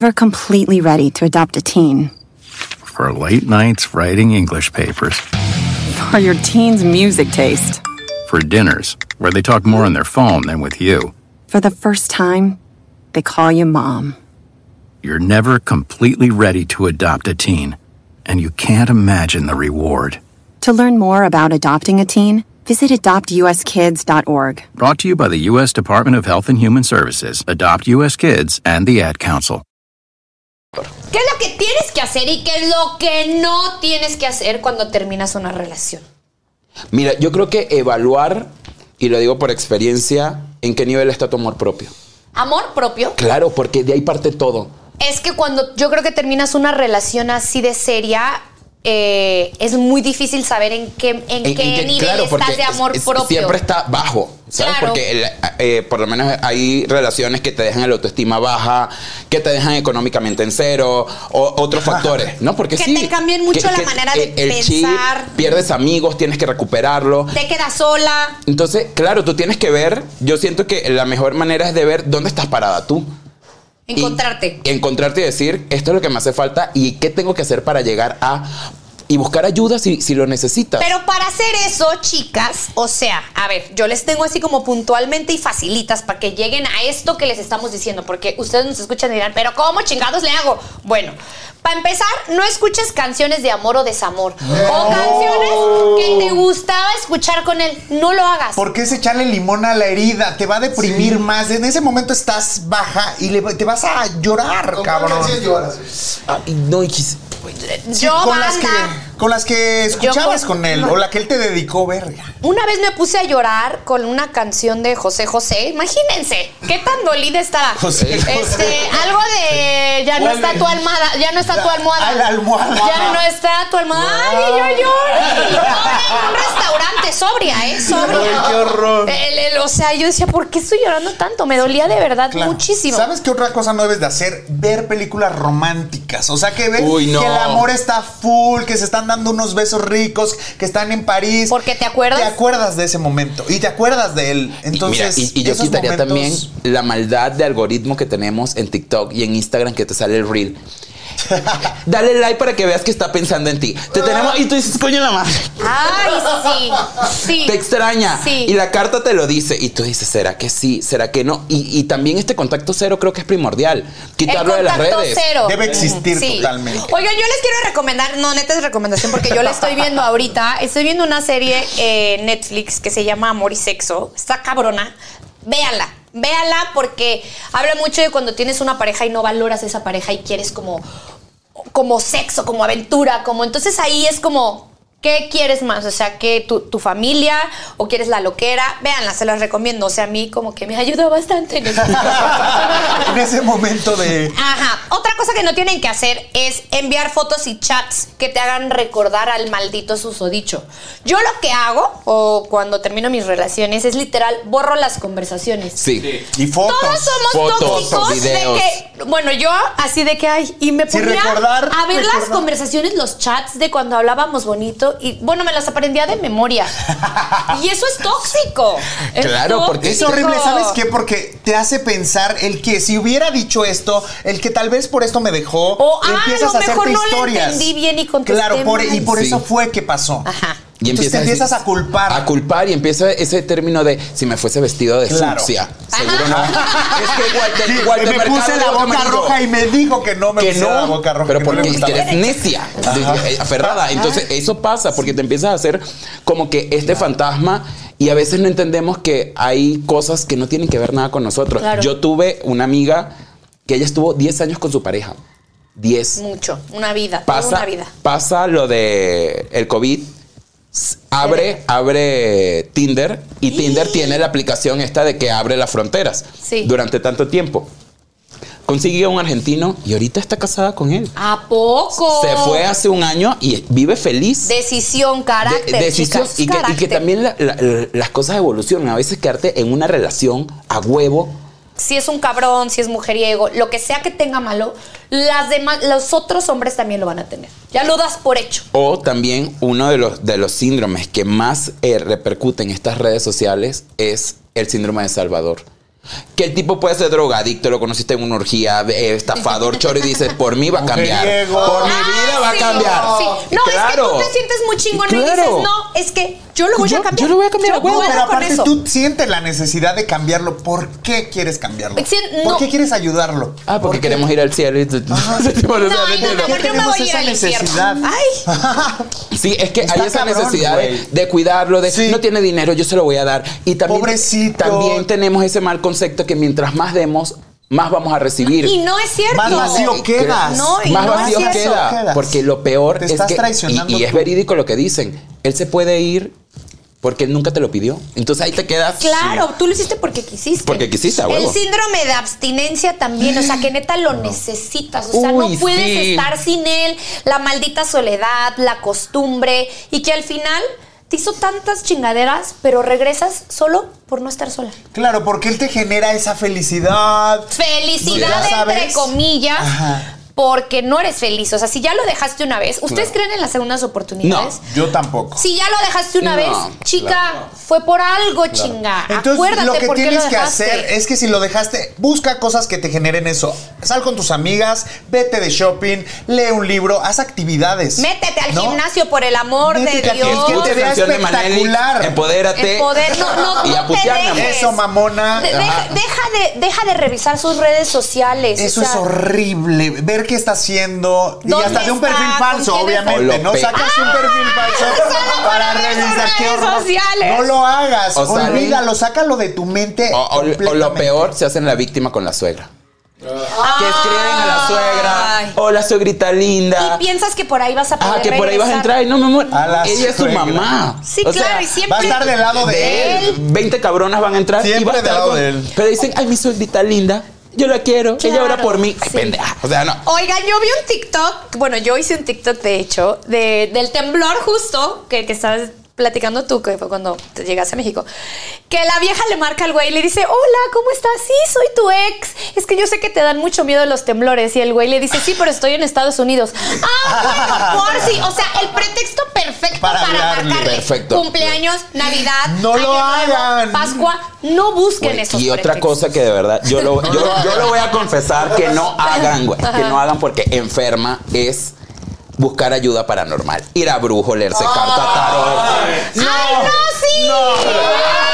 Never completely ready to adopt a teen.
for late nights writing English papers,
For your teen's music taste.
for dinners where they talk more on their phone than with you.
For the first time, they call you mom.
You're never completely ready to adopt a teen, and you can't imagine the reward.
To learn more about adopting a teen, visit adoptuskids.org.
Brought to you by the U.S. Department of Health and Human Services, Adopt U.S. Kids, and the Ad Council.
¿Qué es lo que tienes que hacer y qué es lo que no tienes que hacer cuando terminas una relación?
Mira, yo creo que evaluar, y lo digo por experiencia, en qué nivel está tu amor propio.
Amor propio.
Claro, porque de ahí parte todo.
Es que cuando yo creo que terminas una relación así de seria, eh, es muy difícil saber en qué, en qué
que,
nivel
claro, porque
estás de amor
es- es-
propio.
Siempre está bajo, ¿sabes?
Claro.
Porque el- eh, por lo menos hay relaciones que te dejan el autoestima baja, que te dejan económicamente en cero, o otros factores, ¿no? Porque
Que
sí,
te cambian mucho la manera de
el- el chip,
pensar.
pierdes amigos, tienes que recuperarlo.
Te quedas sola.
Entonces, claro, tú tienes que ver, yo siento que la mejor manera es de ver dónde estás parada tú. Y-
Encontrarte.
encontrarte y decir, esto es lo que me hace falta y qué tengo que hacer para llegar a... Y buscar ayuda si, si lo necesitas.
Pero para hacer eso, chicas, o sea, a ver, yo les tengo así como puntualmente y facilitas para que lleguen a esto que les estamos diciendo, porque ustedes nos escuchan y dirán, pero ¿cómo chingados le hago? Bueno, para empezar, no escuches canciones de amor o desamor, o canciones que te gustaba escuchar con él, no lo hagas.
¿Por qué es echarle limón a la herida? Te va a deprimir más. En ese momento estás baja y le- te vas a llorar,
Con cuál
cabrón.
canción lloras.
Ah, y no, y quis-
Sí,
yo,
con
banda,
las que con las que escuchabas
con-
con, él o la que él te dedicó, verga.
Una vez me puse a llorar con una canción de José José. Imagínense, qué tan dolida estaba.
José
este,
José.
algo de ya no
Vuelve.
está tu almohada, ya no está tu almohada.
a la almohada.
Ya no está tu almohada. Ay, yo lloro. Y pobre, en un restaurante sobria, eh, sobria.
Ay, qué horror.
El- el- o sea, yo decía, ¿por qué estoy llorando tanto? Me dolía de verdad
Claro.
muchísimo.
¿Sabes qué otra cosa no debes de hacer? Ver películas románticas. O sea, que ves
Uy, no.
que el amor está full, que se están dando unos besos ricos, que están en París.
Porque te acuerdas.
Te acuerdas de ese momento y te acuerdas de él. Entonces,
y, mira, y- y yo
esos
quitaría
momentos-
también la maldad de algoritmo que tenemos en TikTok y en Instagram que te sale el
<laughs>
reel. Dale like para que veas que está pensando en ti. Te tenemos y tú dices, coño la madre.
Ay,
<laughs>
sí. Sí.
Te extraña.
Sí.
Y la carta te lo dice. Y tú dices, ¿será que sí? ¿Será que no? Y, y también este contacto cero creo que es primordial. Quitarlo de las
contacto
redes.
cero.
Debe existir
Sí.
totalmente.
Oigan, yo les quiero recomendar, no, neta es recomendación porque yo la estoy viendo ahorita. Estoy viendo una serie eh, Netflix que se llama Amor y Sexo. Está cabrona. Véanla. Véanla porque habla mucho de cuando tienes una pareja y no valoras esa pareja y quieres como como sexo, como aventura, como entonces ahí es como ¿Qué quieres más? O sea, que tu, tu familia o quieres la loquera, véanla, se las recomiendo. O sea, a mí como que me ayudó bastante en
<laughs>
eso.
en ese momento de.
Ajá. Otra cosa que no tienen que hacer es enviar fotos y chats que te hagan recordar al maldito susodicho. Yo lo que hago, o cuando termino mis relaciones, es literal, borro las conversaciones.
Sí.
Y fotos.
Todos somos
Fotos,
tóxicos
videos.
de que, bueno, yo así de que ay, y me
Sí,
ponía
recordar,
a ver las
recordar.
conversaciones, los chats de cuando hablábamos bonito y bueno, me las aprendía de memoria. y eso es tóxico. Es
Claro, porque
Es
tóxico.
horrible, ¿sabes qué? Porque te hace pensar el que si hubiera dicho esto, el que tal vez por esto me dejó,
O, ah,
empiezas
a lo
a hacerte
mejor no la
historias.
entendí bien y contesté
Claro, por, y
mal.
por
Sí.
eso fue que pasó.
Ajá.
Y
Entonces te
empieza decir- "Ah,
empiezas a culpar.
A culpar y empieza ese término de si me fuese vestido de
Claro.
sucia.
<laughs>
Seguro no. es que igual de,
Sí,
igual de
me
mercado
puse la
de
boca
amarillo.
roja y me dijo que no me
que
puse
no,
la boca roja.
pero
que no le
porque es que
gustaba.
eres necia, de- eh, aferrada. Entonces, eso pasa porque te empiezas a hacer como que este fantasma y a veces no entendemos que hay cosas que no tienen que ver nada con nosotros.
Claro.
Yo tuve una amiga que ella estuvo 10 años con su pareja. 10.
Mucho. Una vida. toda
Pasa,
una vida.
pasa lo de el COVID. s- Abre, abre Tinder y Tinder tiene la aplicación esta de que abre las fronteras
Sí.
durante tanto tiempo. Consiguió un argentino y ahorita está casada con él.
¿A poco?
Se fue hace un año y vive feliz.
Decisión, carácter.
De- decisión.
chicas,
Y que, y que
carácter.
también la- la- la- las cosas evolucionan. A veces quedarte en una relación a huevo.
si es un cabrón, si es mujeriego, lo que sea que tenga malo, las demás, los otros hombres también lo van a tener. Ya lo das por hecho.
O también uno de los, de los síndromes que más eh, repercute en estas redes sociales es el síndrome de Salvador. Que el tipo puede ser drogadicto, lo conociste en una orgía,
<laughs>
eh, estafador, choro y dices, por mí va a cambiar.
Mujeriego.
Por mi
Ah,
vida va a
sí,
cambiar.
sí. No, es
Claro.
que tú te sientes muy chingón y
Claro.
dices, no, es que yo lo voy
Yo-
a cambiar.
yo lo voy a cambiar,
Yo
huevo.
puedo
Pero
con
aparte
eso.
tú sientes la necesidad de cambiarlo. ¿Por qué quieres cambiarlo?
Sí,
¿Por
no.
qué quieres ayudarlo?
Ah, porque queremos ir al cielo. Y <laughs> Por eso
No,
no
ay, no, mi
entiendo.
amor, yo me
tenemos
voy a ir
esa
al
necesidad?
infierno. Ay,
<laughs>
Sí, es que
Está
hay esa
cabrón,
necesidad de,
güey.
de cuidarlo, de
Sí.
no tiene dinero, yo se lo voy a dar. Y también,
Pobrecito.
también tenemos ese mal concepto que mientras más demos, más vamos a recibir.
y no es cierto.
Más vacío quedas.
No, y
más
no
vacío
es eso.
queda.
Quedas.
Porque lo peor
Te
es
estás
que.
traicionando
y, y es
tú.
verídico lo que dicen. Él se puede ir porque él nunca te lo pidió. Entonces ahí te quedas.
Claro, tú lo hiciste porque quisiste.
Porque quisiste, a huevo.
El síndrome de abstinencia también, o sea, que neta lo necesitas, o sea,
Uy,
no puedes
sí.
estar sin él, la maldita soledad, la costumbre, y que al final te hizo tantas chingaderas, pero regresas solo por no estar sola.
Claro, porque él te genera esa felicidad.
Felicidad,
Ya sabes.
entre comillas.
Ajá.
Porque no eres feliz. O sea, si ya lo dejaste una vez, ¿ustedes creen en las segundas oportunidades?
No.
Yo tampoco.
Si ya lo dejaste una
No,
vez, chica,
claro.
fue por algo, chinga.
Entonces,
Acuérdate
lo que
por qué
tienes
lo
que
dejaste.
hacer es que si lo dejaste, busca cosas que te generen eso. Sal con tus amigas, vete de shopping, lee un libro, haz actividades.
Métete al
¿No?
gimnasio por el amor
Métete
de
al
Dios.
gimnasio, que te vea
canción de Maneli,
espectacular.
Empodérate.
El poder, no, no,
y
no
a putear, mi
te
amor.
dejes.
Eso, mamona.
De- de-
Ajá.
deja, de, deja de revisar sus redes sociales.
Eso
o sea,
es horrible. Ver qué está haciendo. Y
¿Dónde
hasta de un
está?
perfil
¿Con
falso,
quién está? ¡Ah!
O
obviamente.
lo
No
pe-
sacas un perfil falso
solo
para
para ver sus
revisar qué
redes
horror.
sociales.
No lo hagas.
O salen-
Olvídalo, sácalo de tu mente.
O, o- o lo
completamente.
peor, se hacen la víctima con la suegra.
ay.
Que escriben a la suegra. Hola, suegrita linda.
Y piensas que por ahí vas a poder
Ah, que por ahí vas a
regresar.
entrar. No, mi amor.
A la
Ella es tu
suegra.
mamá.
Sí,
O
claro,
sea,
y siempre.
Va a estar del lado de él.
20 cabronas van a entrar y va
Siempre
a estar
del lado
con-
de él.
Pero dicen, ay, mi suegrita linda, yo la quiero, ella
Claro,
ora por mí. Ay,
sí.
pendeja. O sea, no.
Oigan, yo vi un TikTok, bueno, yo hice un TikTok de hecho, de, del temblor justo que, que estabas platicando tú, que fue cuando te llegaste a México, que la vieja le marca al güey y le dice, hola, ¿cómo estás? Sí, soy tu ex. Es que yo sé que te dan mucho miedo los temblores. Y el güey le dice, sí, pero estoy en Estados Unidos. Ah, bueno, por si. O sea, el pretexto perfecto
Para
para,
hablarle.
marcarle
Perfecto.
cumpleaños, Navidad,
No lo
Año Nuevo,
hagan.
Pascua, no busquen
Güey,
esos
y otra
pretextos.
cosa que de verdad, yo lo,
<laughs>
yo, yo lo voy a confesar que no hagan, güey. Que no hagan porque enferma es buscar ayuda paranormal. Ir a brujo, leerse carta, tarot.
¡Ay, no, sí!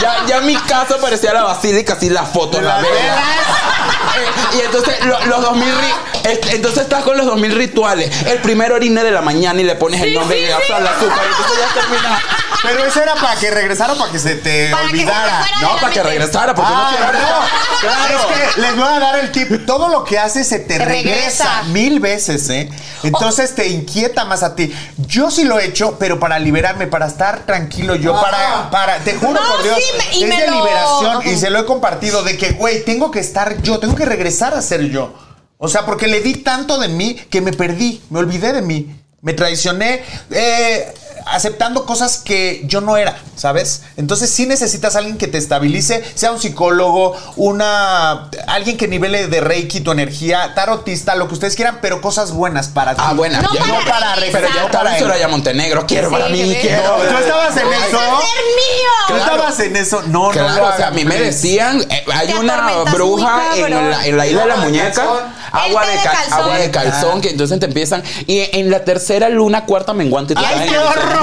Ya, ya mi casa parecía la basílica, así la foto, la vela. Eh, Y entonces lo- los 2000 ri- est- entonces estás con los 2000 rituales. El primer orine de la mañana y le pones el nombre y le das al azúcar. y Entonces ya terminas.
Ah,
Pero eso era para que regresara o para que se te
Para que se te
olvidara.
fuera.
No, para que regresara, porque
Ah,
no tiene-
no. Es que les voy a dar el tip. Todo lo que haces se te
Te
regresa
regresa.
mil veces, ¿eh? Entonces te inquieta más a ti. Yo sí lo he hecho, pero para liberarme, para estar tranquilo yo, para, para, te juro
No,
por Dios,
sí, me- y
es
me
de
lo-
liberación
Ajá.
y se lo he compartido de que, güey, tengo que estar yo, tengo que regresar a ser yo. O sea, porque le di tanto de mí que me perdí, me olvidé de mí, me traicioné. eh, aceptando cosas que yo no era, ¿sabes? Entonces sí necesitas alguien que te estabilice, sea un psicólogo, una alguien que nivele de reiki tu energía, tarotista, lo que ustedes quieran, pero cosas buenas para ti.
Ah, buena.
No
ya-
para
no para
regresar.
Pero ya estaba en
él.
Soraya Montenegro. Quiero para
Sí,
mí,
que-
quiero.
No, tú estabas en
¡Vas
eso.
a ser mío!
¿Tú
Claro.
estabas en eso? No, no.
Claro,
lo
o sea, a
hagan,
mí me
please.
decían, eh, hay
Te
una
atormentas muy
bruja en
cabrón.
la, en la isla de la muñeca. agua
té
de,
de
ca-
calzón.
agua de calzón, que entonces te empiezan. Y en la tercera luna, cuarta menguante, te caen en el cementerio.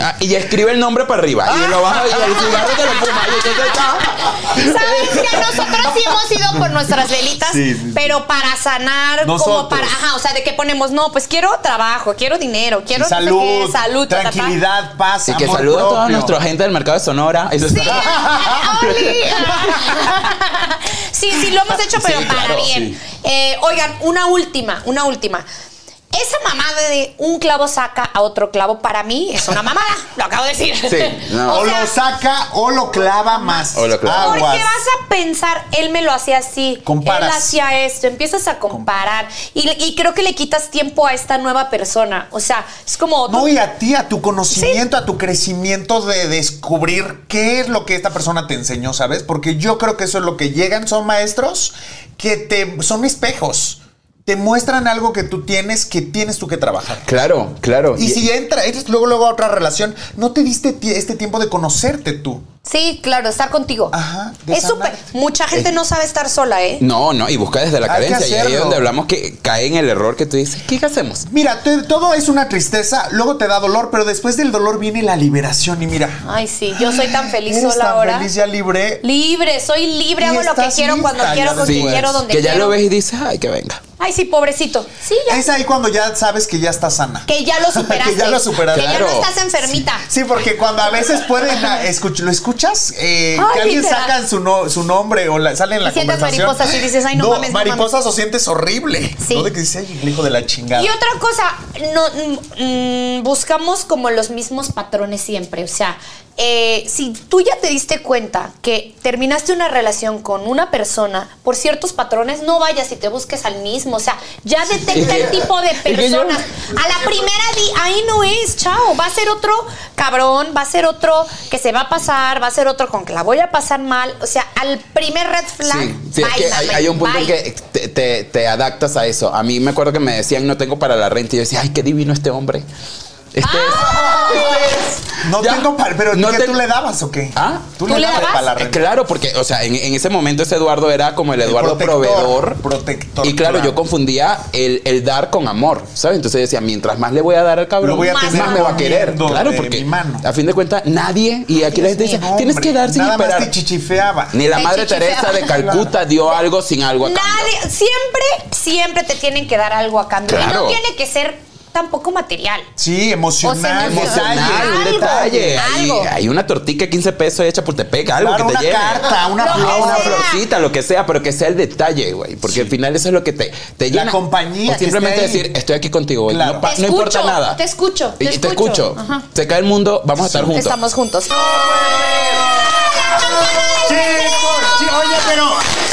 Ah, Y escribe el nombre para arriba. Y lo baja y el cigarro te lo fuma. Y entonces está.
Sabes que nosotros sí hemos ido por nuestras velitas,
Sí, sí, sí.
pero para sanar,
Nosotros.
como para, ajá, o sea, de que ponemos, no, pues quiero trabajo, quiero dinero, quiero no sé
salud,
qué, salud, ta, ta, ta.
tranquilidad, paz,
Así que
amor
saludo a toda
propio.
nuestra gente del mercado de Sonora. Eso
Sí,
está-
ah, Oli. <laughs> sí, sí, lo hemos hecho, pero
Sí,
para
claro,
bien. Eh, oigan, una última, una última. Esa mamada de un clavo saca a otro clavo, para mí es una mamada, lo acabo de decir.
Sí, no.
<laughs>
O,
O sea,
lo saca o lo clava más.
O lo clava.
¿Por
Aguas.
qué vas a pensar, él me lo hacía así,
Comparas.
él hacía esto? Empiezas a comparar. Y, y creo que le quitas tiempo a esta nueva persona. O sea, es como...
No, y a ti, a tu conocimiento, a tu crecimiento de descubrir qué es lo que esta persona te enseñó, ¿sabes? Porque yo creo que eso es lo que llegan, son maestros que te son espejos. Te muestran algo que tú tienes, que tienes tú que trabajar.
Claro, claro.
Y si entra, eres luego, luego a otra relación, no te diste ti- este tiempo de conocerte tú.
Sí, claro, estar contigo.
Ajá, de
Es súper...
sanarte.
Mucha gente no sabe estar sola, ¿eh?
No, no, y busca desde la
Hay que
carencia. Y ahí es
hacerlo.
donde hablamos que cae en el error que tú dices, ¿qué hacemos?
Mira, te- todo es una tristeza, luego te da dolor, pero después del dolor viene la liberación y mira.
Ay, sí, yo soy
<gasps>
tan feliz
eres
sola
tan
ahora.
feliz ya libre.
Libre, soy libre,
Y
hago lo que
estás
quiero, cuando
lista,
quiero,
ya
con quien
después.
quiero, donde
que ya
quiero.
lo ves y dices, ay, que venga.
Ay, sí, pobrecito. Sí, ya.
Es ahí cuando ya sabes que ya estás sana.
Que ya lo superaste.
<laughs> que ya lo superaste.
Que ya no
Claro.
estás enfermita.
Sí, porque cuando a veces pueden ah, escuch- lo escuchas Eh,
Ay,
que alguien
literal.
saca su, no- su nombre o la- sale en la
Y sientes
conversación.
mariposas y dices, ay, no mames, no
mariposas o sientes horrible.
Sí.
No de que dices, ay, el hijo de la chingada.
Y otra cosa, no, mm, mm, buscamos como los mismos patrones siempre. O sea, eh, si tú ya te diste cuenta que terminaste una relación con una persona por ciertos patrones, no vayas y te busques al mismo. O sea, ya detecta el tipo
<laughs>
de
que yo-
personas. A
<laughs>
la primera di, ahí no es, chao. Va a ser otro cabrón, va a ser otro que se va a pasar, va a ser otro con que la voy a pasar mal. O sea, al primer red flag.
Sí, sí, es
bye,
que hay,
mamá,
hay un punto en
bye.
que te, te- te adaptas a eso. A mí me acuerdo que me decían, no tengo para la renta. Y yo decía, ay, qué divino este hombre. Este
Ah.
<laughs> es. Este es.
no
Ya.
tengo par, pero
No
¿qué
te-
tú le dabas o qué?
¿Ah?
¿Tú,
¿Tú
le
le
dabas
dabas?
para la
Eh,
renta.
claro, porque, o sea, en, en ese momento ese Eduardo era como el Eduardo
protector,
proveedor.
protector,
Y claro,
claro.
yo confundía el, el dar con amor, ¿sabes? Entonces decía, mientras más le voy a dar al cabrón,
Lo voy a
más,
tener
me va a querer.
comiendo
Claro,
de
porque
mi mano.
a fin de cuentas, nadie, y aquí la gente dice,
No,
tienes
hombre,
que dar sin
Nada
esperar.
más te chichifeaba.
Ni la
Te
madre Teresa de
chichifeaba.
Calcuta dio algo sin algo a cambio.
Nadie, siempre, siempre te tienen que dar algo a cambio. Y
Claro.
no tiene que ser tampoco material.
Sí, emocional.
O sea,
detalle.
Emocional, un
Algo,
detalle. Hay,
algo.
hay una tortica de 15 pesos hecha por Tepec, algo que
Claro,
te
una
lleve.
carta, una
Lo que
flor.
una
sea.
florcita, lo que sea, pero que sea el detalle, güey. Porque al final eso es lo que te, te
La
llena.
compañía
O
que
simplemente
esté ahí.
decir, estoy aquí contigo, güey.
Claro.
No, pa-
Te
no importa
escucho,
nada.
te escucho, te
Y- y te
escucho.
escucho. Se cae el mundo, vamos a estar juntos.
Estamos juntos.
Chicos, sí, oye, pero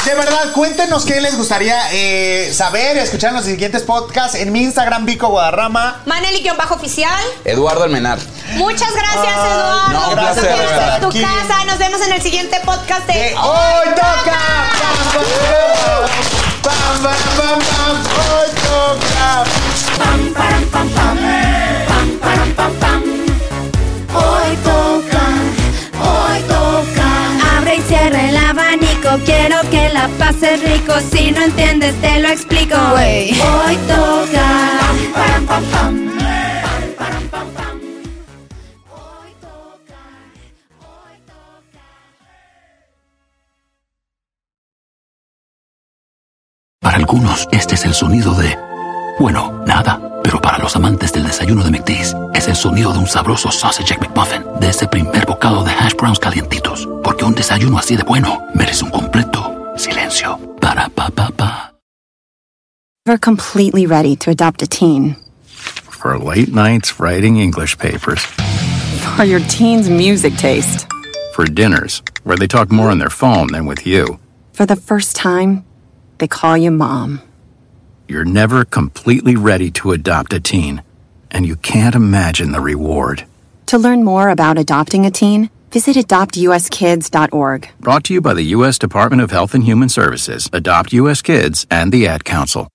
de verdad, cuéntenos qué les gustaría eh, saber, escuchar en los siguientes podcasts en mi Instagram, Vico Guadarrama.
Maneli-oficial.
Eduardo Almenar.
Muchas gracias,
Ay,
Eduardo.
no, un
por
placer,
recibirnos
de verdad.
en tu
Aquí.
casa. Nos vemos en el siguiente podcast
Eh,
de
¡Hoy toca! ¡Pam, pam, pam, pam, pam! ¡Hoy toca!
Hoy toca, hoy toca. Abre y cierra el abanico, quiero que la pases rico. Si no entiendes, te lo explico. Hoy toca. Hoy toca, hoy toca.
Para algunos, este es el sonido de... Bueno, nada. Pero para los amantes del desayuno de McDee's, es el sonido de un sabroso Sausage McMuffin, de ese primer bocado de hash browns calientitos. Porque un desayuno así de bueno merece un completo silencio. Para pa pa pa.
Never completely ready to adopt a teen.
For late nights writing English papers.
For your teen's music taste.
For dinners, where they talk more on their phone than with you.
For the first time, they call you mom.
You're never completely ready to adopt a teen, and you can't imagine the reward.
To learn more about adopting a teen, visit adoptuskids.org.
Brought to you by the U.S. Department of Health and Human Services, Adopt U.S. Kids, and the Ad Council.